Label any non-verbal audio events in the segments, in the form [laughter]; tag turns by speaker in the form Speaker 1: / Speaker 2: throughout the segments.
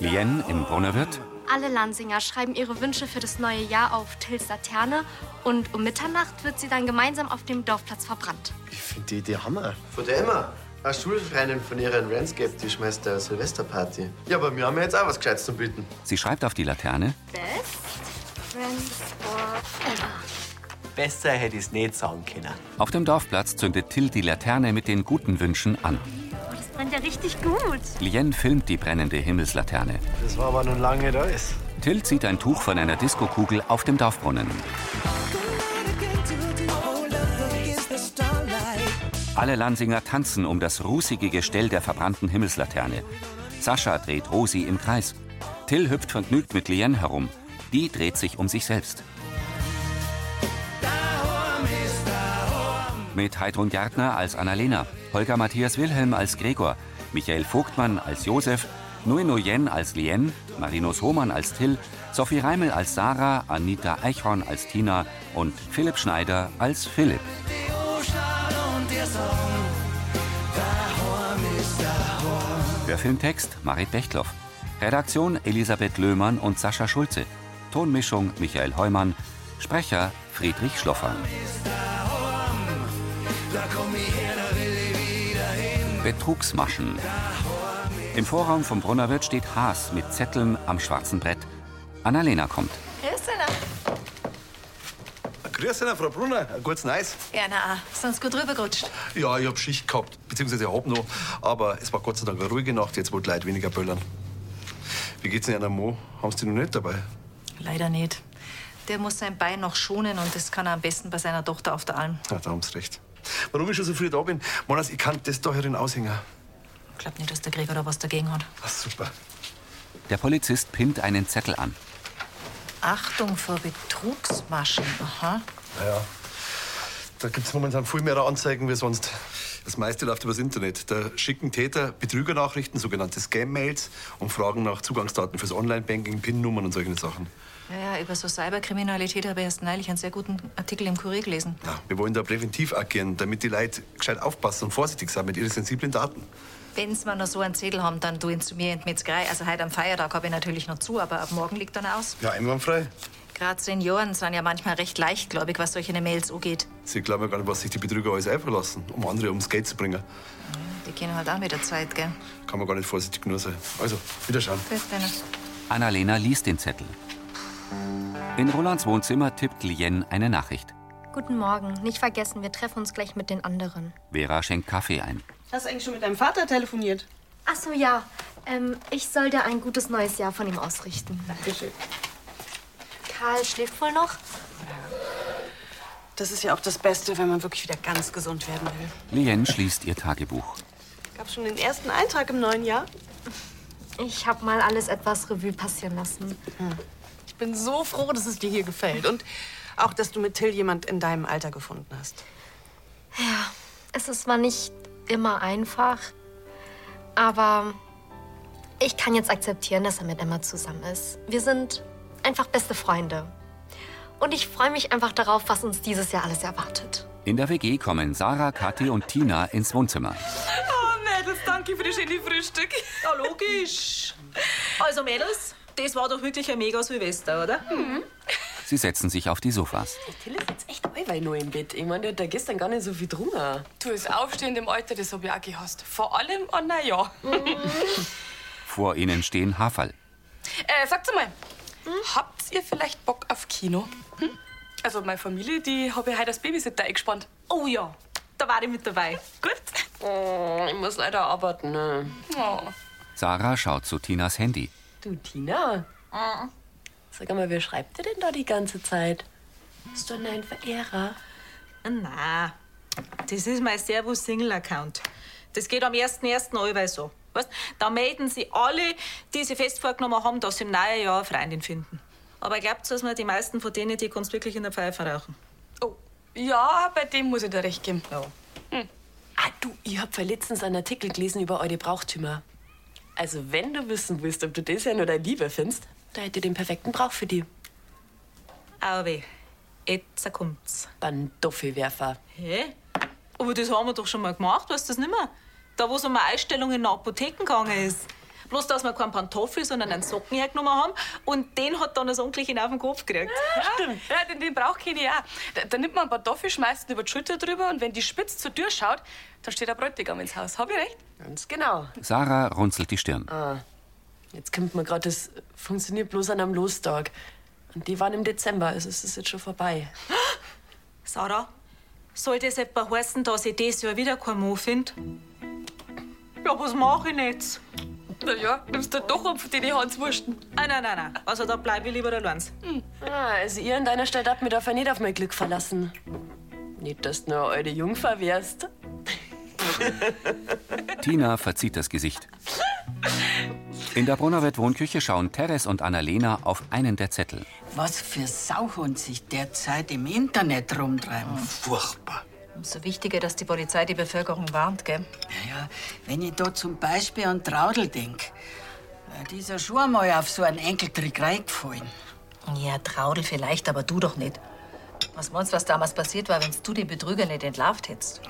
Speaker 1: Lien im Brunnerwirt,
Speaker 2: Alle Lansinger schreiben ihre Wünsche für das neue Jahr auf Tils Laterne und um Mitternacht wird sie dann gemeinsam auf dem Dorfplatz verbrannt.
Speaker 3: Ich finde die Idee Hammer.
Speaker 4: Von der Emma. Eine Schulfreundin von ihrer in Ranscape, die schmeißt eine Silvesterparty. Ja, aber wir haben ja jetzt auch was Gescheites zu bieten.
Speaker 1: sie schreibt auf die Laterne,
Speaker 2: Best Friends forever.
Speaker 5: Besser hätte ich es nicht sagen können.
Speaker 1: auf dem Dorfplatz zündet Till die Laterne mit den guten Wünschen an.
Speaker 6: Oh,
Speaker 7: Das brennt ja richtig gut.
Speaker 1: Lien filmt die brennende Himmelslaterne.
Speaker 3: Das war aber nun lange da ist.
Speaker 1: Till zieht ein Tuch von einer Diskokugel auf dem Dorfbrunnen. Alle Lansinger tanzen um das rußige Gestell der verbrannten Himmelslaterne. Sascha dreht Rosi im Kreis. Till hüpft vergnügt mit Lien herum. Die dreht sich um sich selbst. Mit Heidrun Gärtner als Annalena, Holger Matthias Wilhelm als Gregor, Michael Vogtmann als Josef, Nui Nguyen als Lien, Marinus Hohmann als Till, Sophie Reimel als Sarah, Anita Eichhorn als Tina und Philipp Schneider als Philipp. Der Filmtext Marit Bechtloff. Redaktion Elisabeth Löhmann und Sascha Schulze. Tonmischung Michael Heumann. Sprecher Friedrich Schloffer. Betrugsmaschen. Im Vorraum vom Brunnerwirt steht Haas mit Zetteln am schwarzen Brett. Annalena kommt.
Speaker 8: Grüß Sie, Frau Brunner. Ein gutes Neues.
Speaker 9: Ja, na, sonst gut rübergerutscht.
Speaker 8: Ja, ich hab Schicht gehabt, beziehungsweise ich hab noch. Aber es war Gott sei Dank eine ruhige Nacht, jetzt wo die Leute weniger böllern. Wie geht's denn Ihnen, Mo? Haben Sie die noch nicht dabei?
Speaker 9: Leider nicht. Der muss sein Bein noch schonen und das kann er am besten bei seiner Tochter auf der Alm.
Speaker 8: Ja, da haben Sie recht. Warum ich schon so früh da bin? Monas, ich kann das da herin aushängen.
Speaker 9: Ich glaub nicht, dass der Gregor da was dagegen hat.
Speaker 8: Ach, super.
Speaker 1: Der Polizist pinnt einen Zettel an.
Speaker 9: Achtung vor Betrugsmaschen. Aha.
Speaker 8: Naja, da gibt's momentan viel mehr Anzeigen wie sonst. Das meiste läuft übers Internet. Da schicken Täter Betrügernachrichten, sogenannte Scam-Mails und fragen nach Zugangsdaten fürs Online-Banking, PIN-Nummern und solche Sachen.
Speaker 9: Ja, ja, über so Cyberkriminalität habe ich erst neulich einen sehr guten Artikel im Kurier gelesen.
Speaker 8: Ja, wir wollen da präventiv agieren, damit die Leute gescheit aufpassen und vorsichtig sind mit ihren sensiblen Daten.
Speaker 9: Wenn's mal noch so einen Zettel haben, dann tu ihn zu mir in die Metzgerei. Also heute am Feiertag habe ich natürlich noch zu, aber ab morgen liegt dann aus.
Speaker 8: Ja, einwandfrei.
Speaker 9: Gerade Senioren sind ja manchmal recht leichtgläubig, was solche Mails angeht.
Speaker 8: Sie glauben ja gar nicht, was sich die Betrüger alles einfallen lassen, um andere ums Geld zu bringen.
Speaker 9: Die gehen halt auch mit der Zeit, gell?
Speaker 8: Kann man gar nicht vorsichtig genug sein. Also, wiederschauen.
Speaker 9: Gut, Dennis.
Speaker 1: Annalena liest den Zettel. In Rolands Wohnzimmer tippt Lien eine Nachricht.
Speaker 2: Guten Morgen. Nicht vergessen, wir treffen uns gleich mit den anderen.
Speaker 1: Vera schenkt Kaffee ein.
Speaker 6: Hast du eigentlich schon mit deinem Vater telefoniert?
Speaker 2: Ach so, ja. Ähm, ich soll dir ein gutes neues Jahr von ihm ausrichten.
Speaker 6: Dankeschön.
Speaker 2: Karl schläft wohl noch?
Speaker 6: Das ist ja auch das Beste, wenn man wirklich wieder ganz gesund werden will.
Speaker 1: Lien schließt ihr Tagebuch.
Speaker 6: Gab schon den ersten Eintrag im neuen Jahr?
Speaker 2: Ich habe mal alles etwas Revue passieren lassen.
Speaker 6: Hm. Ich bin so froh, dass es dir hier gefällt. Und auch, dass du mit Till jemand in deinem Alter gefunden hast.
Speaker 2: Es ist zwar nicht immer einfach, aber ich kann jetzt akzeptieren, dass er mit Emma zusammen ist. Wir sind einfach beste Freunde. Und ich freue mich einfach darauf, was uns dieses Jahr alles erwartet.
Speaker 1: In der WG kommen Sarah, Kathi und Tina ins Wohnzimmer.
Speaker 10: Oh, Mädels, danke für das schöne Frühstück. Ja, logisch. Also, Mädels, das war doch wirklich ein mega Silvester, oder?
Speaker 1: Sie setzen sich auf die Sofas.
Speaker 10: Till ist jetzt echt allweil neu im Bett. Ich meine, der hat da gestern gar nicht so viel drunter.
Speaker 11: Du, das Aufstehen im Alter, das hab ich auch gehasst. Vor allem an Neujahr.
Speaker 10: Mhm.
Speaker 12: [laughs]
Speaker 1: Vor ihnen stehen Haferl.
Speaker 11: Äh, sagt's mal, habt ihr vielleicht Bock auf Kino? Hm? Also, meine Familie, die habe ich heute als Babysitter eingespannt.
Speaker 10: Oh ja, da war ich mit dabei. Gut.
Speaker 11: Oh, ich muss leider arbeiten. Ne? Oh.
Speaker 1: Sarah schaut zu Tinas Handy.
Speaker 10: Du, Tina.
Speaker 11: Sag mal, wer schreibt dir denn da die ganze Zeit? Bist du denn ein Verehrer?
Speaker 10: Na, das ist mein Servus-Single-Account. Das geht am 1.1. allweil so. Weißt, da melden sie alle, die sie fest vorgenommen haben, dass sie im neuen Jahr eine Freundin finden. Aber glaubt's, dass mir die meisten von denen, die kannst wirklich in der Pfeife rauchen?
Speaker 11: Oh, ja, bei dem muss ich dir recht geben.
Speaker 10: Ja. Hm.
Speaker 11: Ah, du, ich hab vor letztens einen Artikel gelesen über eure Brauchtümer. Also, wenn du wissen willst, ob du das ja nur deine Liebe findest, da hätte ich den perfekten Brauch für die
Speaker 10: Aber weh, jetzt kommt's.
Speaker 11: Pantoffelwerfer.
Speaker 10: Hä? Aber das haben wir doch schon mal gemacht, weißt du das nimmer? Da, wo es um eine Einstellung in der Apotheke gegangen ist. Bloß, dass wir keinen Pantoffel, sondern einen Socken hergenommen haben. Und den hat dann das Onkelchen auf den Kopf gekriegt.
Speaker 12: Stimmt. Ja, den, den braucht keine ja. Da, da nimmt man einen Pantoffel, schmeißt ihn über die Schulter drüber und wenn die spitz zur Tür schaut, da steht der Bräutigam ins Haus. Hab ich recht?
Speaker 11: Ganz genau.
Speaker 1: Sarah runzelt die Stirn.
Speaker 11: Ah, jetzt kommt mir gerade, das funktioniert bloß an einem Lostag. Und die waren im Dezember, also es ist jetzt schon vorbei.
Speaker 10: Sarah, soll das etwa heißen, dass ich dieses Jahr wieder keinen Mann finde? Ja, was mache ich denn jetzt?
Speaker 12: Na ja, nimmst du doch auf die Hanswursten.
Speaker 10: Ah, nein, nein, nein. Also da bleibe ich lieber allein.
Speaker 11: Ah, also ihr an deiner Stadt habt mir dafür nicht auf mein Glück verlassen. Nicht, dass du nur eure Jungfer wärst.
Speaker 1: Tina verzieht das Gesicht. In der Brunnerwirt Wohnküche schauen Teres und Annalena auf einen der Zettel.
Speaker 13: Was für Sauhund sich derzeit im Internet rumtreiben. Furchtbar.
Speaker 9: Umso wichtiger, dass die Polizei die Bevölkerung warnt, gell?
Speaker 13: Naja, wenn ich da zum Beispiel an Traudel denk, äh, die ist ja schon einmal auf so einen Enkeltrick reingefallen.
Speaker 9: Ja, Traudel vielleicht, aber du doch nicht. Was meinst du, was damals passiert war, wenn du den Betrüger nicht entlarvt hättest?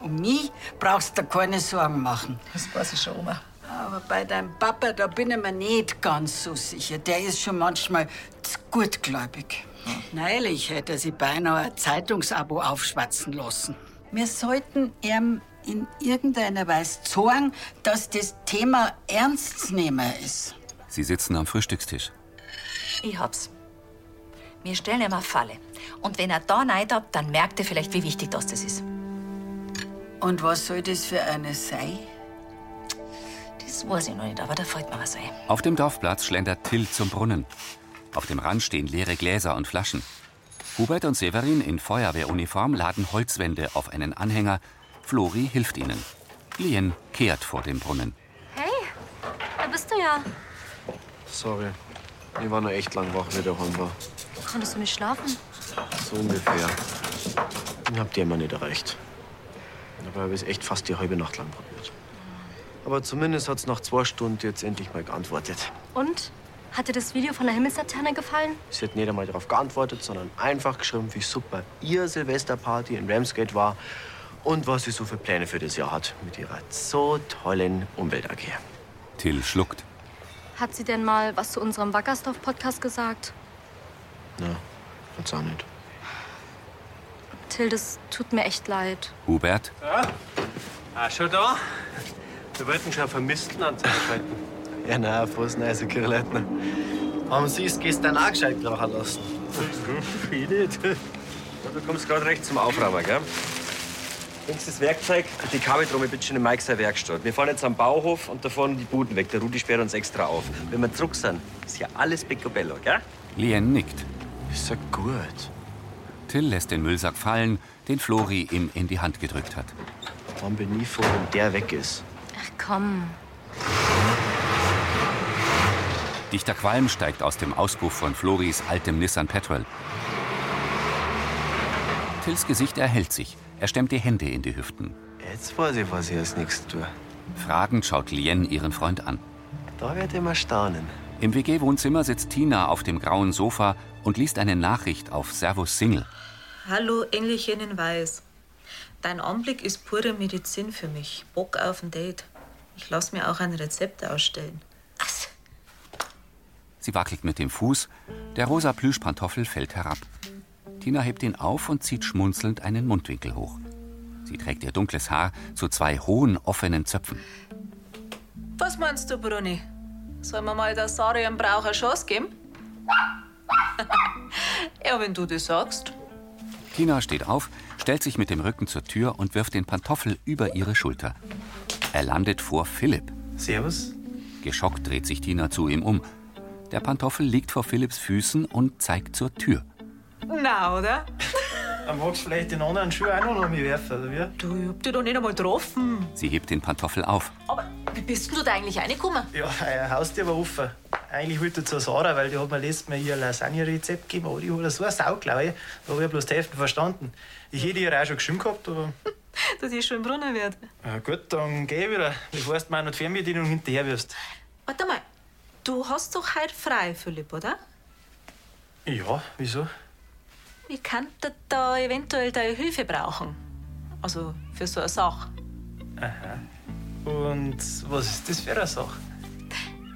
Speaker 13: Um mich brauchst du keine Sorgen machen.
Speaker 9: Das weiß ich schon, Oma.
Speaker 13: Aber bei deinem Papa, da bin ich mir nicht ganz so sicher. Der ist schon manchmal zu gutgläubig. Neulich hätte er sich beinahe ein Zeitungsabo aufschwatzen lassen. Wir sollten ihm in irgendeiner Weise sagen, dass das Thema ernst zu nehmen ist.
Speaker 1: Sie sitzen am Frühstückstisch.
Speaker 9: Ich hab's. Wir stellen ihm eine Falle. Und wenn er da neid hat, dann merkt er vielleicht, wie wichtig das, das ist.
Speaker 13: Und was soll das für eine sein?
Speaker 9: Das weiß ich noch nicht, aber da fällt mir was ein.
Speaker 1: Auf dem Dorfplatz schlendert Till zum Brunnen. Auf dem Rand stehen leere Gläser und Flaschen. Hubert und Severin in Feuerwehruniform laden Holzwände auf einen Anhänger. Flori hilft ihnen. Lien kehrt vor dem Brunnen.
Speaker 7: Hey, da bist du ja.
Speaker 4: Sorry. Ich war noch echt lang wach, wie der Horn war.
Speaker 7: Konntest du nicht schlafen?
Speaker 4: So ungefähr. Ich hab die immer nicht erreicht. Dabei habe ich es echt fast die halbe Nacht lang probiert. Aber zumindest hat's nach zwei Stunden jetzt endlich mal geantwortet.
Speaker 7: Und? Hat dir das Video von der Himmelslaterne gefallen?
Speaker 4: Sie hat nicht einmal darauf geantwortet, sondern einfach geschrieben, wie super ihr Silvesterparty in Ramsgate war und was sie so für Pläne für das Jahr hat mit ihrer so tollen Umwelt AG.
Speaker 1: Till schluckt.
Speaker 7: Hat sie denn mal was zu unserem Wackersdorf-Podcast gesagt?
Speaker 4: Na, hat's auch nicht.
Speaker 7: Till, das tut mir echt leid.
Speaker 1: Hubert,
Speaker 14: Ja? Ah, schon da? Wir wollten schon Vermissten anzeigen.
Speaker 4: Ja, na, frohes Neues, Kirleitner. Haben Sie es gestern auch gescheit krachen lassen?
Speaker 14: Hm, Ich nicht. Du kommst gerade recht zum Aufräumen, gell? Nächstes Werkzeug, die Kabeltrommel bitte schon in Mikes Werkstatt. Wir fahren jetzt am Bauhof und da fahren die Buden weg. Der Rudi sperrt uns extra auf. Wenn wir zurück sind, ist ja alles Picobello, gell?
Speaker 1: Lien nickt.
Speaker 4: Ist ja gut.
Speaker 1: Till lässt den Müllsack fallen, den Flori ihm in die Hand gedrückt hat.
Speaker 4: Warum bin ich froh, wenn der weg ist?
Speaker 7: Ach komm.
Speaker 1: Dichter Qualm steigt aus dem Auspuff von Floris altem Nissan Petrol. Tills Gesicht erhellt sich. Er stemmt die Hände in die Hüften.
Speaker 4: Jetzt weiß ich, was ich als nächstes tue.
Speaker 1: Fragend schaut Lien ihren Freund an.
Speaker 4: Da wird immer staunen.
Speaker 1: Im WG-Wohnzimmer sitzt Tina auf dem grauen Sofa und liest eine Nachricht auf Servus Single.
Speaker 10: Hallo, Engelchen in Weiß. Dein Anblick ist pure Medizin für mich. Bock auf ein Date. Ich lass mir auch ein Rezept ausstellen.
Speaker 1: Sie wackelt mit dem Fuß. Der rosa Plüschpantoffel fällt herab. Tina hebt ihn auf und zieht schmunzelnd einen Mundwinkel hoch. Sie trägt ihr dunkles Haar zu zwei hohen, offenen Zöpfen.
Speaker 10: Was meinst du, Bruni? Sollen wir mal der Sarah ihren Brauch eine Chance geben? [laughs] ja, wenn du das sagst.
Speaker 1: Tina steht auf, stellt sich mit dem Rücken zur Tür und wirft den Pantoffel über ihre Schulter. Er landet vor Philipp.
Speaker 4: Servus.
Speaker 1: Geschockt dreht sich Tina zu ihm um. Der Pantoffel liegt vor Philipps Füßen und zeigt zur Tür.
Speaker 10: Na, oder?
Speaker 3: Dann magst du vielleicht den anderen Schuh auch noch an mich werfen, oder wie?
Speaker 10: Du, ich hab dich doch nicht einmal getroffen.
Speaker 1: Sie hebt den Pantoffel auf.
Speaker 10: Hm, Wie bist denn du da eigentlich reingekommen?
Speaker 3: Ja, euer Haustier war offen. Eigentlich wollte ich zur Sarah, weil die hat mir letztes Mal ihr Lasagne-Rezept gegeben, aber die hat so eine Sau gelaufen. Da habe ich bloß die Hälfte verstanden. Ich hätte ihr auch schon geschrieben gehabt, aber
Speaker 10: Dass ich schon Brunnen werde.
Speaker 3: na gut, dann geh ich wieder, bevor du mir noch die Fernbedienung hinterher wirst.
Speaker 10: Warte mal, du hast doch heute frei, Philipp, oder?
Speaker 3: Ja, wieso?
Speaker 10: Ich könnte da eventuell deine Hilfe brauchen. Also für so eine Sache.
Speaker 3: Aha. Und was ist das für eine Sache?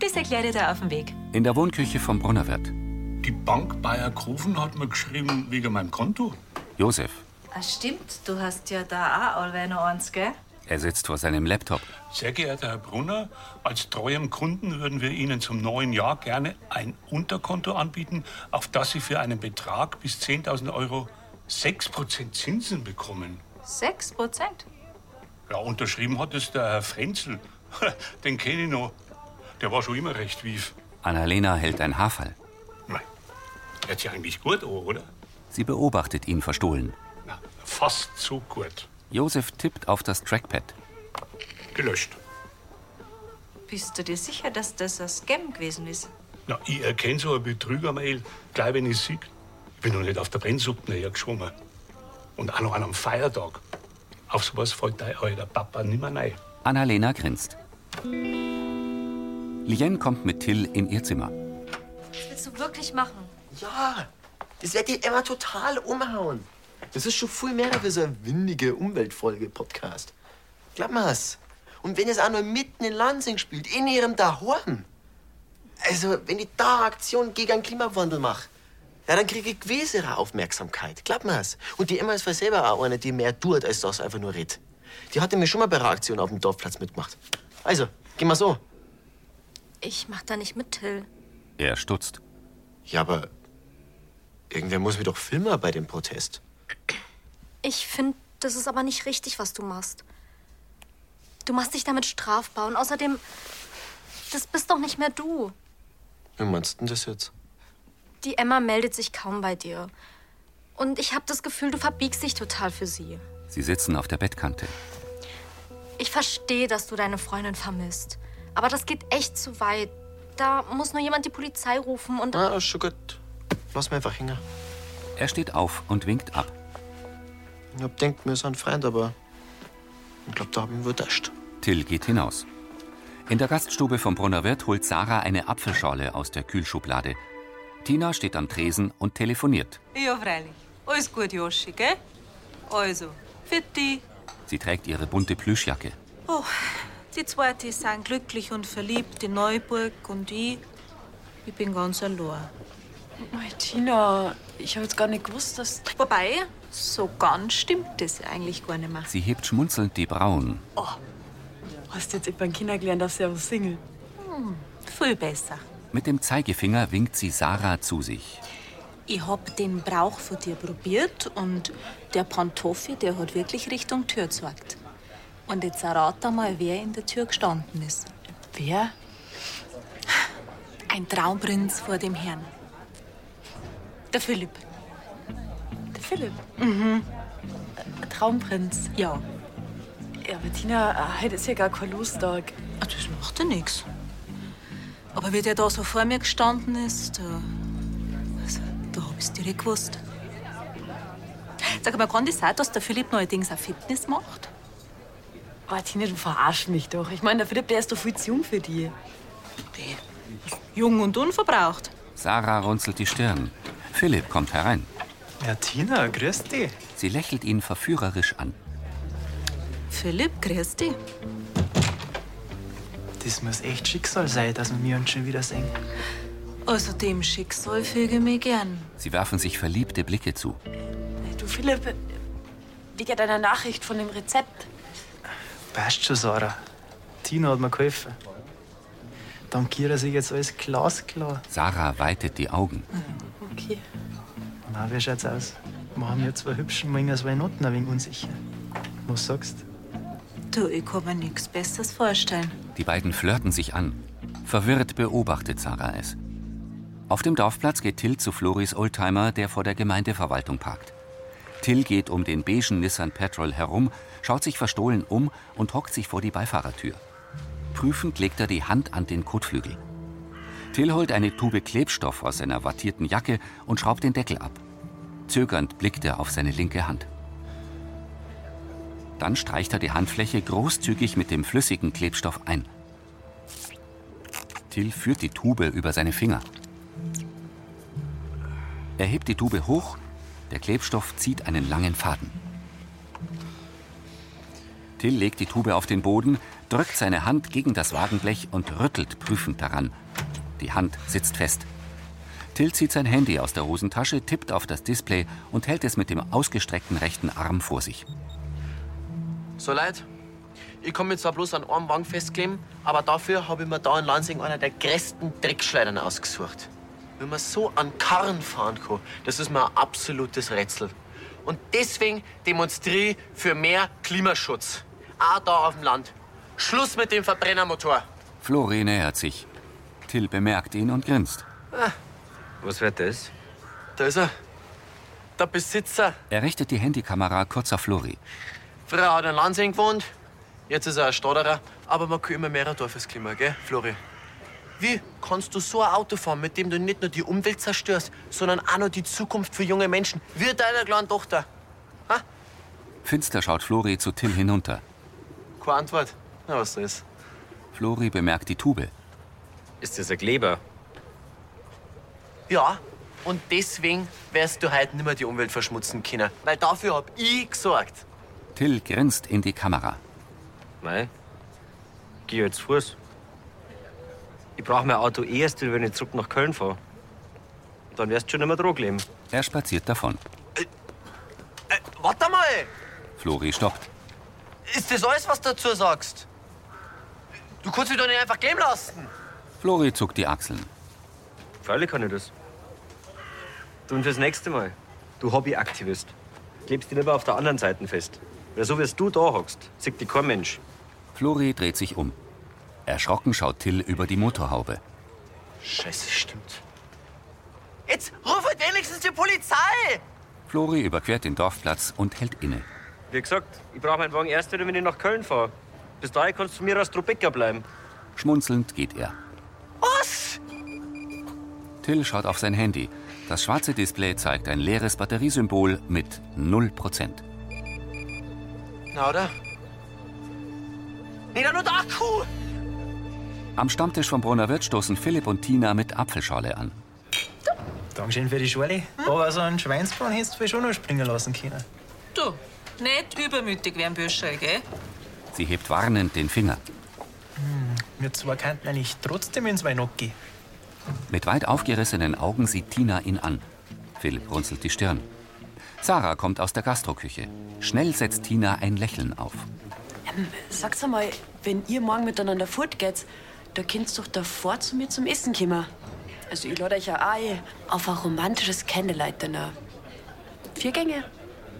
Speaker 10: Das erklärt er auf dem Weg.
Speaker 1: In der Wohnküche vom Brunnerwirt.
Speaker 15: Die Bank Bayer Kofen hat mir geschrieben wegen meinem Konto.
Speaker 1: Josef,
Speaker 9: Ah, stimmt, du hast ja da auch alle noch eins, gell?
Speaker 1: er sitzt vor seinem Laptop.
Speaker 15: Sehr geehrter Herr Brunner, als treuem Kunden würden wir Ihnen zum neuen Jahr gerne ein Unterkonto anbieten, auf das Sie für einen Betrag bis 10.000 Euro 6% Zinsen bekommen.
Speaker 10: Sechs Prozent?
Speaker 15: Ja, unterschrieben hat es der Herr Frenzel. [laughs] Den kenne ich noch. Der war schon immer recht wief.
Speaker 1: Annalena hält ein Haarfall.
Speaker 15: Hört sich eigentlich gut an, oder?
Speaker 1: Sie beobachtet ihn verstohlen.
Speaker 15: Fast zu gut.
Speaker 1: Josef tippt auf das Trackpad.
Speaker 15: Gelöscht.
Speaker 9: Bist du dir sicher, dass das ein Scam gewesen ist?
Speaker 15: Na, ich erkenne so eine Betrügermail gleich, wenn ich sieg. Ich bin noch nicht auf der Brennsuppe hergeschwommen. Und auch noch an einem Feiertag. Auf sowas fällt dein alter Papa nimmer rein.
Speaker 1: Annalena grinst. Lien kommt mit Till in ihr Zimmer.
Speaker 7: Das willst du wirklich machen?
Speaker 5: Ja, das wird die immer total umhauen. Das ist schon viel mehr wie so ein windige Umweltfolge-Podcast. Glaub mir's. Und wenn es auch nur mitten in Lansing spielt, in ihrem Daheim. Also, wenn ich da eine Aktion gegen den Klimawandel mache, ja, dann kriege ich gewesere Aufmerksamkeit. Glaub mir's. Und die Emma ist wohl selber auch eine, die mehr tut, als das einfach nur redet. Die hatte mir schon mal bei einer Aktion auf dem Dorfplatz mitgemacht. Also, gehen wir so.
Speaker 7: Ich mach da nicht mit, Till.
Speaker 1: Er stutzt.
Speaker 5: Ja, aber irgendwer muss mir doch filmen bei dem Protest.
Speaker 7: Ich finde, das ist aber nicht richtig, was du machst. Du machst dich damit strafbar und außerdem, das bist doch nicht mehr du.
Speaker 5: Wie meinst du denn das jetzt?
Speaker 7: Die Emma meldet sich kaum bei dir. Und ich habe das Gefühl, du verbiegst dich total für sie.
Speaker 1: Sie sitzen auf der Bettkante.
Speaker 7: Ich verstehe, dass du deine Freundin vermisst. Aber das geht echt zu weit. Da muss nur jemand die Polizei rufen und.
Speaker 4: Ah.
Speaker 5: Na, ist schon gut. Lass mir einfach hängen.
Speaker 1: Er steht auf und winkt ab.
Speaker 5: Ich hab denkt mir ist ein Freund, aber ich glaub, da hab ich ihn überrascht.
Speaker 1: Till geht hinaus. In der Gaststube vom Brunner Wirt holt Sarah eine Apfelschorle aus der Kühlschublade. Tina steht am Tresen und telefoniert.
Speaker 10: Ja, freilich. Alles gut, Joschi, gell? Also, für die.
Speaker 1: Sie trägt ihre bunte Plüschjacke.
Speaker 10: Oh, die zwei, die sind glücklich und verliebt in Neuburg und ich, ich bin ganz allein.
Speaker 11: Mei, Tina, ich habe jetzt gar nicht gewusst, dass...
Speaker 10: Wobei, so ganz stimmt das eigentlich gar nicht mehr.
Speaker 1: Sie hebt schmunzelnd die Brauen.
Speaker 11: Oh, hast jetzt etwa ein Kinder gelernt, dass er was Single.
Speaker 10: Hm, viel besser.
Speaker 1: Mit dem Zeigefinger winkt sie Sarah zu sich.
Speaker 10: Ich hab den Brauch von dir probiert und der Pantoffi, der hat wirklich Richtung Tür gezeigt. Und jetzt errat mal, wer in der Tür gestanden ist.
Speaker 11: Wer?
Speaker 10: Ein Traumprinz vor dem Herrn. Der Philipp.
Speaker 11: Der Philipp.
Speaker 10: Mhm. Äh,
Speaker 11: Ein Traumprinz.
Speaker 10: Ja.
Speaker 11: Ja, aber Tina, äh, heute ist ja gar kein Lostag.
Speaker 10: Ach, das macht ja nichts. Aber wie der da so vor mir gestanden ist, da, also, da hab ich's direkt gewusst. Sag mal, kann das sein, dass der Philipp neuerdings auch Fitness macht?
Speaker 11: Aber Ah, Tina, du verarsch mich doch. Ich meine, der Philipp, der ist doch viel zu jung für die.
Speaker 10: Jung und unverbraucht.
Speaker 1: Sarah runzelt die Stirn. Philipp kommt herein.
Speaker 3: Ja, Tina, grüß dich.
Speaker 1: Sie lächelt ihn verführerisch an.
Speaker 10: Philipp, grüß dich.
Speaker 3: Das muss echt Schicksal sein, dass wir uns schon wieder sehen.
Speaker 10: Also dem Schicksal füge ich mich gern.
Speaker 1: Sie werfen sich verliebte Blicke zu.
Speaker 11: Du, Philipp, wegen deiner Nachricht von dem Rezept.
Speaker 3: Passt schon, Sarah. Tina hat mir geholfen. Dankiere sich jetzt alles glasklar.
Speaker 1: Sarah weitet die Augen.
Speaker 11: Okay.
Speaker 3: Na, wie schaut's aus? Wir haben ja zwei hübschen Männer, zwei Noten ein wenig unsicher. Was sagst
Speaker 10: Du, ich kann mir nichts Besseres vorstellen.
Speaker 1: Die beiden flirten sich an. Verwirrt beobachtet Sarah es. Auf dem Dorfplatz geht Till zu Floris Oldtimer, der vor der Gemeindeverwaltung parkt. Till geht um den beigen Nissan Patrol herum, schaut sich verstohlen um und hockt sich vor die Beifahrertür. Prüfend legt er die Hand an den Kotflügel. Till holt eine Tube Klebstoff aus seiner wattierten Jacke und schraubt den Deckel ab. Zögernd blickt er auf seine linke Hand. Dann streicht er die Handfläche großzügig mit dem flüssigen Klebstoff ein. Till führt die Tube über seine Finger. Er hebt die Tube hoch, der Klebstoff zieht einen langen Faden. Till legt die Tube auf den Boden, drückt seine Hand gegen das Wagenblech und rüttelt prüfend daran. Die Hand sitzt fest. Till zieht sein Handy aus der Hosentasche, tippt auf das Display und hält es mit dem ausgestreckten rechten Arm vor sich.
Speaker 5: So leid. Ich kann mich zwar bloß an einem Wagen festkleben, aber dafür habe ich mir da in Lansing einer der größten Dreckschleudern ausgesucht. Wenn man so an Karren fahren kann, das ist mir ein absolutes Rätsel. Und deswegen demonstriere ich für mehr Klimaschutz. Auch da auf dem Land. Schluss mit dem Verbrennermotor.
Speaker 1: Flori nähert sich. Till bemerkt ihn und grinst.
Speaker 5: Ah,
Speaker 14: Was wird das?
Speaker 5: da ist er. Der Besitzer.
Speaker 1: Er richtet die Handykamera kurz auf Flori.
Speaker 5: Früher hat er in Lansing gewohnt, jetzt ist er ein Stadterer. Aber man kann immer mehr Dorfes Klima, gell, Flori? Wie kannst du so ein Auto fahren, mit dem du nicht nur die Umwelt zerstörst, sondern auch noch die Zukunft für junge Menschen, wie deiner kleinen Tochter?
Speaker 1: Finster schaut Flori zu Till hinunter.
Speaker 5: Keine Antwort. Na, was das?
Speaker 1: Flori bemerkt die Tube.
Speaker 14: Ist das ein Kleber?
Speaker 5: Ja, und deswegen wirst du heute nimmer die Umwelt verschmutzen können, weil dafür hab ich gesorgt.
Speaker 1: Till grinst in die Kamera.
Speaker 14: Nein. Geh jetzt Fuß. Ich brauche mein Auto eh erst, wenn ich zurück nach Köln fahre. Dann wärst du schon nicht mehr dran geblieben.
Speaker 1: Er spaziert davon.
Speaker 5: Warte mal!
Speaker 1: Flori stoppt.
Speaker 5: Ist das alles, was du dazu sagst? Du kannst mich doch nicht einfach gehen lassen.
Speaker 1: Flori zuckt die Achseln.
Speaker 14: Freilich kann ich das. Du und fürs nächste Mal. Du Hobbyaktivist. Klebst dich lieber auf der anderen Seite fest. Weil so wirst du da hockst, sieht dich kein Mensch.
Speaker 1: Flori dreht sich um. Erschrocken schaut Till über die Motorhaube.
Speaker 5: Scheiße, stimmt. Jetzt ruf halt wenigstens die Polizei!
Speaker 1: Flori überquert den Dorfplatz und hält inne.
Speaker 14: Wie gesagt, ich brauche meinen Wagen erst wieder, wenn ich nach Köln fahre. Bis dahin kannst du mir aus Trubecka bleiben.
Speaker 1: Schmunzelnd geht er.
Speaker 5: Was?
Speaker 1: Till schaut auf sein Handy. Das schwarze Display zeigt ein leeres Batteriesymbol mit 0%.
Speaker 5: Na, oder? Nee, dann nur der Akku!
Speaker 1: Am Stammtisch vom Brunner Wirt stoßen Philipp und Tina mit Apfelschorle an.
Speaker 3: Dankeschön für die Schorle. Aber so einen Schweinsbraten hättest du vielleicht schon noch springen lassen können.
Speaker 10: Du, nicht übermütig werden, Büscherl, gell?
Speaker 1: Sie hebt warnend den Finger.
Speaker 3: Wir zwei könnten eigentlich trotzdem ins Weihnacht gehen.
Speaker 1: Mit weit aufgerissenen Augen sieht Tina ihn an. Philipp runzelt die Stirn. Sarah kommt aus der Gastroküche. Schnell setzt Tina ein Lächeln auf.
Speaker 11: Ähm, sag's einmal, wenn ihr morgen miteinander fortgeht, da könnt's doch davor zu mir zum Essen kommen. Also ich lade euch ja auch ein auf ein romantisches Candlelight-Dinner. Vier Gänge.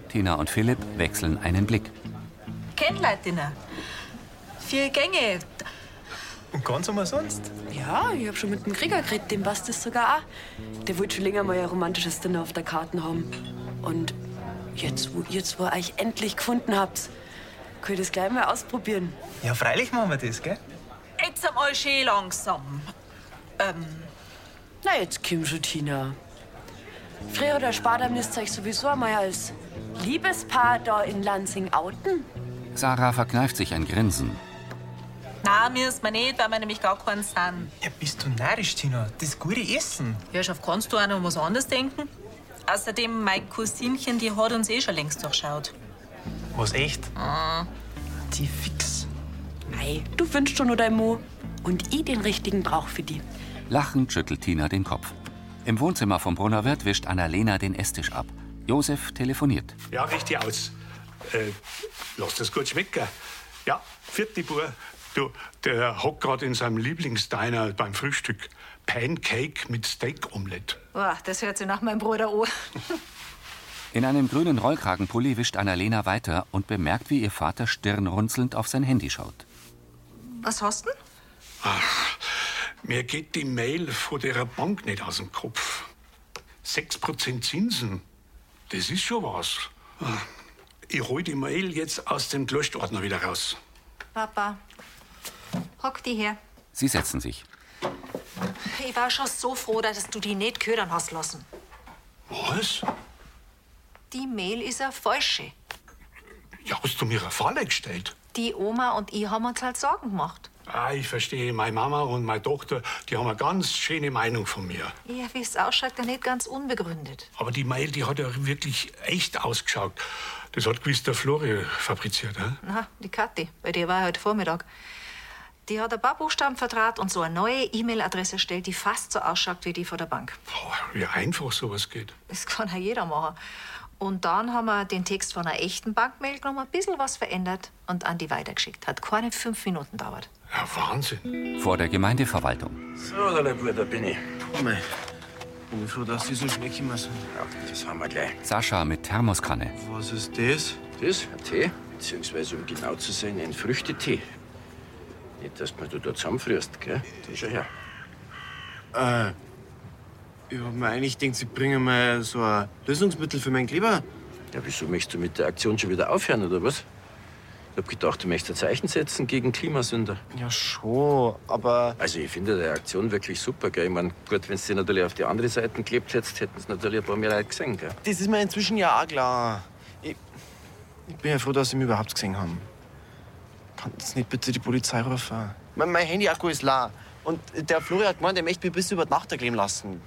Speaker 1: Tina und Philipp wechseln einen Blick.
Speaker 10: Kennleitdinner. Vier Gänge.
Speaker 3: Und ganz umsonst?
Speaker 11: Ja, ich hab schon mit dem Krieger geredet, dem passt das sogar auch. Der wollte schon länger mal ein romantisches Dinner auf der Karte haben. Und jetzt, wo ihr zwei euch endlich gefunden habt, könnt ihr das gleich mal ausprobieren.
Speaker 3: Ja, freilich machen wir das, gell?
Speaker 10: Jetzt einmal schön langsam. Ähm,
Speaker 11: Na, jetzt komm schon, Tina. Früher oder später müsst ihr euch sowieso einmal als Liebespaar da in Lansing outen.
Speaker 1: Sarah verkneift sich ein Grinsen.
Speaker 10: nein, müssen wir nicht, weil wir nämlich gar keinen sind.
Speaker 3: Ja, bist du narrisch, Tina? Das gute Essen.
Speaker 10: Ja, Schaff, kannst du auch noch was anderes denken? Außerdem, mein Cousinchen, die hat uns eh schon längst durchschaut.
Speaker 3: Was echt?
Speaker 10: Ah. Die fix.
Speaker 11: Ei, du wünschst schon nur dein Mo. Und ich den richtigen Brauch für die.
Speaker 1: Lachend schüttelt Tina den Kopf. Im Wohnzimmer vom Brunner Wirt wischt Annalena den Esstisch ab. Josef telefoniert.
Speaker 15: Ja, richtig aus. Äh, lass das gut schmecken. Ja, vierte Bur. Du, der hockt gerade in seinem Lieblingsdiner beim Frühstück. Pancake mit Steak-Omelette.
Speaker 9: Boah, das hört sich nach meinem Bruder an.
Speaker 1: In einem grünen Rollkragenpulli wischt Annalena weiter und bemerkt, wie ihr Vater stirnrunzelnd auf sein Handy schaut.
Speaker 9: Was hast du denn?
Speaker 15: Ach, mir geht die Mail von der Bank nicht aus dem Kopf. 6% Zinsen, das ist schon was. Ich hol die Mail jetzt aus dem Gelöschtordner wieder raus.
Speaker 9: Papa, hock die her.
Speaker 1: Sie setzen sich.
Speaker 9: Ich war schon so froh, dass du die nicht ködern hast lassen.
Speaker 15: Was?
Speaker 9: Die Mail ist eine falsche.
Speaker 15: Ja, hast du mir eine Falle gestellt?
Speaker 9: Die Oma und ich haben uns halt Sorgen gemacht.
Speaker 15: Ah, ich verstehe, meine Mama und meine Tochter, die haben eine ganz schöne Meinung von mir.
Speaker 9: Ja, wie es ausschaut, dann nicht ganz unbegründet.
Speaker 15: Aber die Mail, die hat ja wirklich echt ausgeschaut. Das hat gewiss der Florian fabriziert. He?
Speaker 9: Na, die Kathi, bei der war ich heute Vormittag. Die hat ein paar Buchstaben vertrat und so eine neue E-Mail-Adresse erstellt, die fast so ausschaut wie die von der Bank. [laughs]
Speaker 15: Wie einfach sowas geht.
Speaker 9: Das kann ja jeder machen. Und dann haben wir den Text von einer echten Bankmail genommen, ein bisschen was verändert und an die weitergeschickt. Hat keine fünf Minuten dauert.
Speaker 15: Ja, Wahnsinn.
Speaker 1: Vor der Gemeindeverwaltung.
Speaker 14: So, der Leibwur, da bin ich. Komm, ey. Bin froh, dass die so schnell gekommen sind. Ja, das haben wir gleich.
Speaker 1: Sascha mit Thermoskanne.
Speaker 14: Was ist das? Das? Ein Tee. Beziehungsweise, um genau zu sein, ein Früchtetee. Nicht, dass man du da zusammenfrierst, gell? Da schau her.
Speaker 4: Äh, ich hab mir eigentlich gedacht, sie bringen mir so ein Lösungsmittel für meinen Kleber.
Speaker 14: Ja, wieso möchtest du mit der Aktion schon wieder aufhören, oder was? Ich hab gedacht, du möchtest ein Zeichen setzen gegen Klimasünder.
Speaker 4: Ja, schon, aber.
Speaker 14: Also, ich finde die Aktion wirklich super, gell? Ich mein, gut, wenn sie natürlich auf die andere Seite geklebt hättest, hätten es natürlich ein paar mehr Leute gesehen, gell?
Speaker 4: Das ist mir inzwischen ja auch klar. Ich, ich bin ja froh, dass sie mich überhaupt gesehen haben. Kannst nicht bitte die Polizei rufen? Mein, mein Handy-Akku ist leer. Und der Florian hat gemeint, er möchte mich bis über die Nacht erkleben lassen.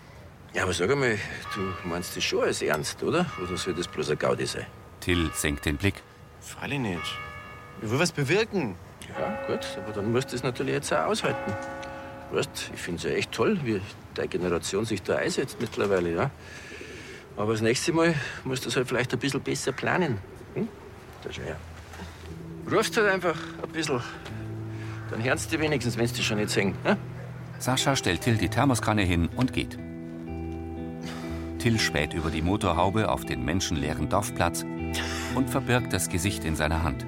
Speaker 14: Ja, aber sag einmal, du meinst das schon als ernst, oder? Oder soll das bloß ein Gaudi sein?
Speaker 1: Till senkt den Blick.
Speaker 4: Freilich nicht. Ich will was bewirken.
Speaker 14: Ja, gut, aber dann musst du es natürlich jetzt auch aushalten. Weißt, ich finde es ja echt toll, wie deine Generation sich da einsetzt mittlerweile, ja. Aber das nächste Mal musst du es halt vielleicht ein bisschen besser planen. Hm? Da schau her. Rufst halt einfach ein bisschen. Dann hörst du dich wenigstens, wenn du dich schon nicht singen. Hm?
Speaker 1: Sascha stellt Till die Thermoskanne hin und geht. Till späht über die Motorhaube auf den menschenleeren Dorfplatz und verbirgt das Gesicht in seiner Hand.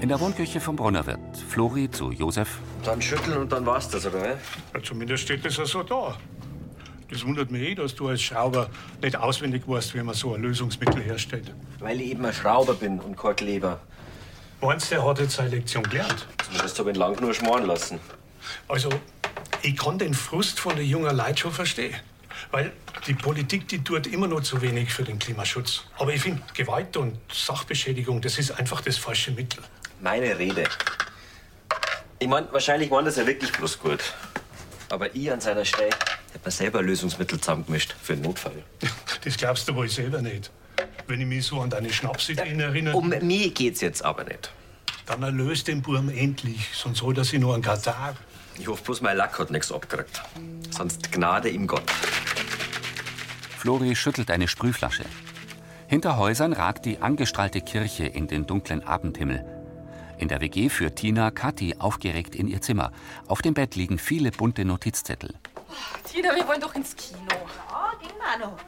Speaker 1: In der Wohnküche vom Brunnerwirt Flori zu Josef.
Speaker 14: Dann schütteln und dann war's das, oder? ne? was?
Speaker 15: Ja, zumindest steht das ja so da. Das wundert mich eh, dass du als Schrauber nicht auswendig weißt, wie man so ein Lösungsmittel herstellt.
Speaker 14: Weil ich eben ein Schrauber bin und kein Kleber.
Speaker 15: Meinst du, der hat jetzt seine Lektion gelernt?
Speaker 14: Zumindest habe ich ihn lang nur schmoren lassen.
Speaker 15: Also, ich kann den Frust von der jungen Leute schon verstehen. Weil die Politik, die tut immer noch zu wenig für den Klimaschutz. Aber ich finde, Gewalt und Sachbeschädigung, das ist einfach das falsche Mittel.
Speaker 14: Meine Rede. Ich mein, wahrscheinlich war das ja wirklich bloß gut. Aber ich an seiner Stelle hätte mir selber Lösungsmittel zusammengemischt für den Notfall.
Speaker 15: Das glaubst du wohl selber nicht. Wenn ich mich so an deine Schnapsideen erinnere.
Speaker 14: Um mich geht's jetzt aber nicht.
Speaker 15: Dann erlöst den Burm endlich, sonst holt er sich nur einen Katar.
Speaker 14: Ich hoffe bloß, mein Lack hat nichts abgekriegt. Sonst Gnade im Gott.
Speaker 1: Flori schüttelt eine Sprühflasche. Hinter Häusern ragt die angestrahlte Kirche in den dunklen Abendhimmel. In der WG führt Tina Kathi aufgeregt in ihr Zimmer. Auf dem Bett liegen viele bunte Notizzettel.
Speaker 10: Tina, wir wollen doch ins Kino. Ja, gehen wir auch noch.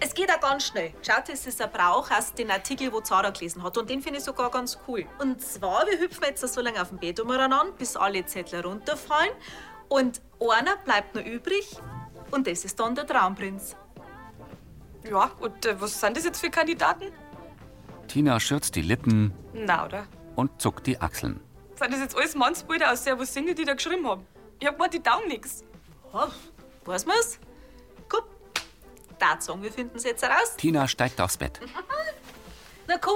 Speaker 10: Es geht auch ganz schnell. Schaut, es ist ein Brauch, hast den Artikel, wo Zara gelesen hat. Und den finde ich sogar ganz cool. Und zwar, wir hüpfen jetzt so lange auf dem Bett umeinander, bis alle Zettel runterfallen. Und einer bleibt noch übrig. Und das ist dann der Traumprinz.
Speaker 12: Ja, und äh, was sind das jetzt für Kandidaten?
Speaker 1: Tina schürzt die Lippen
Speaker 12: Na, oder?
Speaker 1: und zuckt die Achseln.
Speaker 12: Sind das jetzt alles Mannsbilder aus Servus Single, die da geschrieben haben? Ich hab gemeint, die taugen nix.
Speaker 10: Oh, weiß man's? Guck, Tatsong, wir finden's jetzt heraus. [laughs]
Speaker 1: Tina steigt aufs Bett.
Speaker 10: Na komm,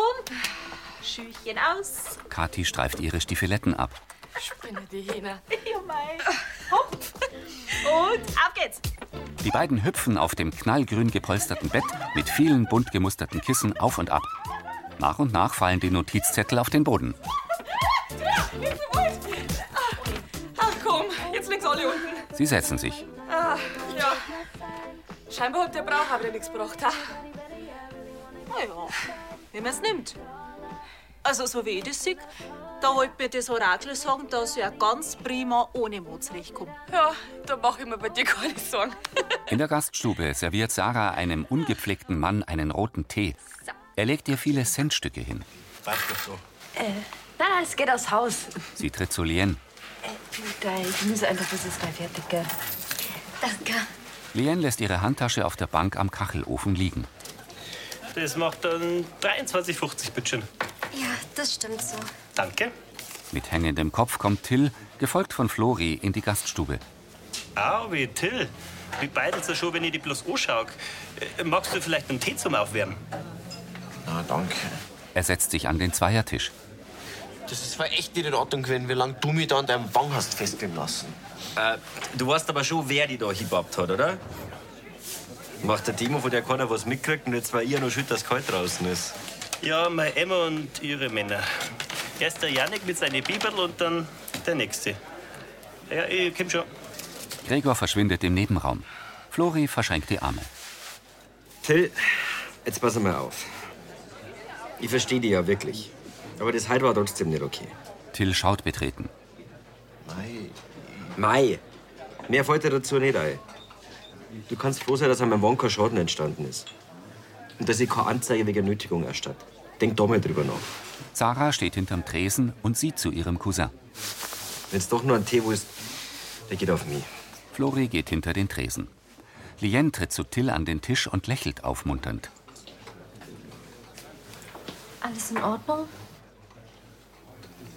Speaker 10: Schüchchen aus.
Speaker 1: Kathi streift ihre Stiefeletten ab.
Speaker 10: Spinne die Hähne. [laughs] Ja, mei. Hopf. Und auf geht's.
Speaker 1: Die beiden hüpfen auf dem knallgrün gepolsterten Bett mit vielen bunt gemusterten Kissen auf und ab. Nach und nach fallen die Notizzettel auf den Boden.
Speaker 12: Ach Ah, komm, jetzt links alle unten.
Speaker 1: Sie setzen sich.
Speaker 12: Ah, ja. Scheinbar hat der Brauch aber nichts gebracht. ha?
Speaker 10: Na ja, wie man's nimmt. Also, so wie ich das sehe, da wollte mir das Orakel sagen, dass ich auch ganz prima ohne Mut zurechtkomme.
Speaker 12: Ja, da mach ich mir bei dir keine Sorgen.
Speaker 1: In der Gaststube serviert Sarah einem ungepflegten Mann einen roten Tee. Er legt ihr viele Centstücke hin.
Speaker 4: Passt doch so.
Speaker 11: Äh, na, na, es geht aufs Haus.
Speaker 1: Sie tritt zu Lien.
Speaker 11: äh, Du, dein Gemüse einfach, das ist gleich fertig, gell? Danke.
Speaker 1: Lien lässt ihre Handtasche auf der Bank am Kachelofen liegen.
Speaker 16: Das macht dann 23,50 bitteschön.
Speaker 7: Ja, das stimmt so.
Speaker 16: Danke.
Speaker 1: Mit hängendem Kopf kommt Till, gefolgt von Flori, in die Gaststube.
Speaker 16: Au, wie Till. Wie beidelt ja schon, wenn ich die bloß anschaue. Äh, Magst du vielleicht einen Tee zum Aufwärmen?
Speaker 1: Na, danke. Er setzt sich an den Zweiertisch.
Speaker 5: Das ist war echt nicht in Ordnung gewesen, wie lange du mich da an deinem Wang hast festnehmen lassen.
Speaker 14: Äh, du weißt aber schon, wer die da hingebabt hat, oder? Macht der Demo, von der keiner was mitkriegt und jetzt war ihr noch schuld, dass es kalt draußen ist.
Speaker 16: Ja, meine Emma und ihre Männer. Erst der Janik mit seinen Biberl und dann der Nächste. Ja, ich komm schon.
Speaker 1: Gregor verschwindet im Nebenraum. Flori verschränkt die Arme.
Speaker 14: Till, jetzt pass mal auf. Ich verstehe dich ja wirklich. Aber das heute war trotzdem nicht okay.
Speaker 1: Till schaut betreten.
Speaker 14: Mai. Mai. Mehr fällt dir dazu nicht ein. Du kannst froh sein, dass an meinem Wagen kein Schaden entstanden ist. Und dass ich keine Anzeige wegen Nötigung erstatte. Denk da mal drüber nach.
Speaker 1: Sarah steht hinterm Tresen und sieht zu ihrem Cousin.
Speaker 14: Wenn's doch nur ein Tee ist, der geht auf mich.
Speaker 1: Flori geht hinter den Tresen. Lien tritt zu Till an den Tisch und lächelt aufmunternd.
Speaker 2: Alles in Ordnung?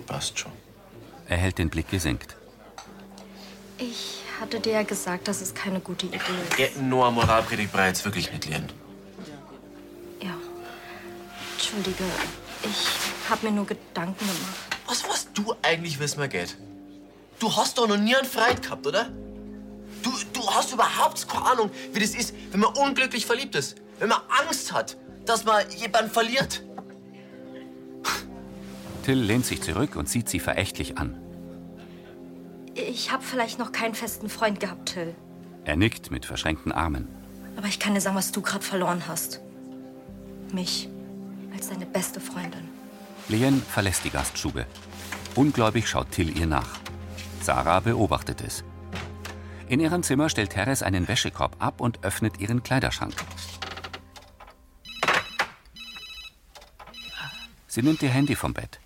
Speaker 1: Passt schon. Er hält den Blick gesenkt.
Speaker 2: Ich hatte dir ja gesagt, dass es keine gute Idee ist.
Speaker 5: Ja, nur eine Moralpredigt brauche ich jetzt wirklich nicht lernen.
Speaker 2: Ja. Entschuldige, ich habe mir nur Gedanken gemacht.
Speaker 5: Was was du eigentlich wissen wir geht? Du hast doch noch nie einen Freund gehabt, oder? Du, du hast überhaupt keine Ahnung, wie das ist, wenn man unglücklich verliebt ist. Wenn man Angst hat, dass man jemanden verliert.
Speaker 1: Till lehnt sich zurück und sieht sie verächtlich an.
Speaker 2: Ich habe vielleicht noch keinen festen Freund gehabt, Till.
Speaker 1: Er nickt mit verschränkten Armen.
Speaker 2: Aber ich kann dir sagen, was du gerade verloren hast. Mich als deine beste Freundin.
Speaker 1: Lien verlässt die Gaststube. Ungläubig schaut Till ihr nach. Sarah beobachtet es. In ihrem Zimmer stellt Teres einen Wäschekorb ab und öffnet ihren Kleiderschrank. Sie nimmt ihr Handy vom Bett.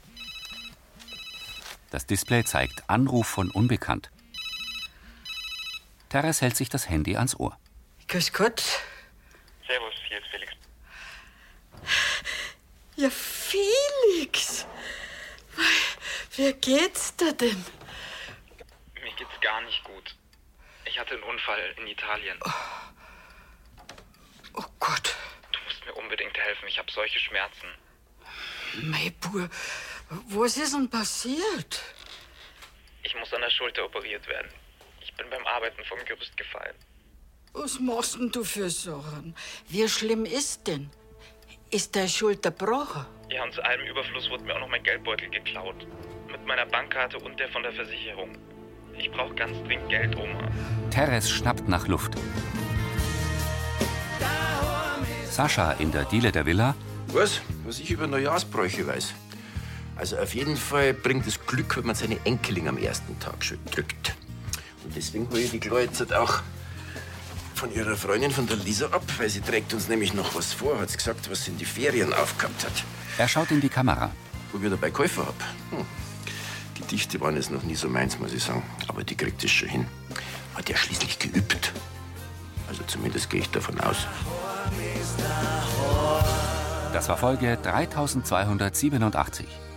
Speaker 1: Das Display zeigt Anruf von Unbekannt. Teres hält sich das Handy ans Ohr.
Speaker 13: Grüß Gott.
Speaker 17: Servus, hier ist Felix.
Speaker 18: Ja, Felix! Mei, Wie geht's dir denn?
Speaker 17: Mir geht's gar nicht gut. Ich hatte einen Unfall in Italien. Oh,
Speaker 18: Gott.
Speaker 17: Du musst mir unbedingt helfen. Ich habe solche Schmerzen.
Speaker 18: Mei, Bur, was ist denn passiert?
Speaker 17: Ich muss an der Schulter operiert werden. Ich bin beim Arbeiten vom Gerüst gefallen.
Speaker 18: Was machst denn du für Sachen? Wie schlimm ist denn? Ist der Schulter gebrochen?
Speaker 17: Ja, und zu allem Überfluss wurde mir auch noch mein Geldbeutel geklaut. Mit meiner Bankkarte und der von der Versicherung. Ich brauche ganz dringend Geld, Oma.
Speaker 1: Teres schnappt nach Luft. Sascha in der Diele der Villa
Speaker 5: Was? Was ich über Neujahrsbräuche weiß. Also auf jeden Fall bringt es Glück, wenn man seine Enkelin am ersten Tag schön drückt. Und deswegen hole ich die Chloe jetzt halt auch von ihrer Freundin von der Lisa ab, weil sie trägt uns nämlich noch was vor, hat gesagt, was sie in die Ferien aufgehabt hat.
Speaker 1: Er schaut in die Kamera.
Speaker 5: Wo wir dabei Käufer hab. Hm. Gedichte waren es noch nie so meins, muss ich sagen. Aber die kriegt es schon hin. Hat ja schließlich geübt. Also zumindest gehe ich davon aus.
Speaker 1: Das war Folge 3287.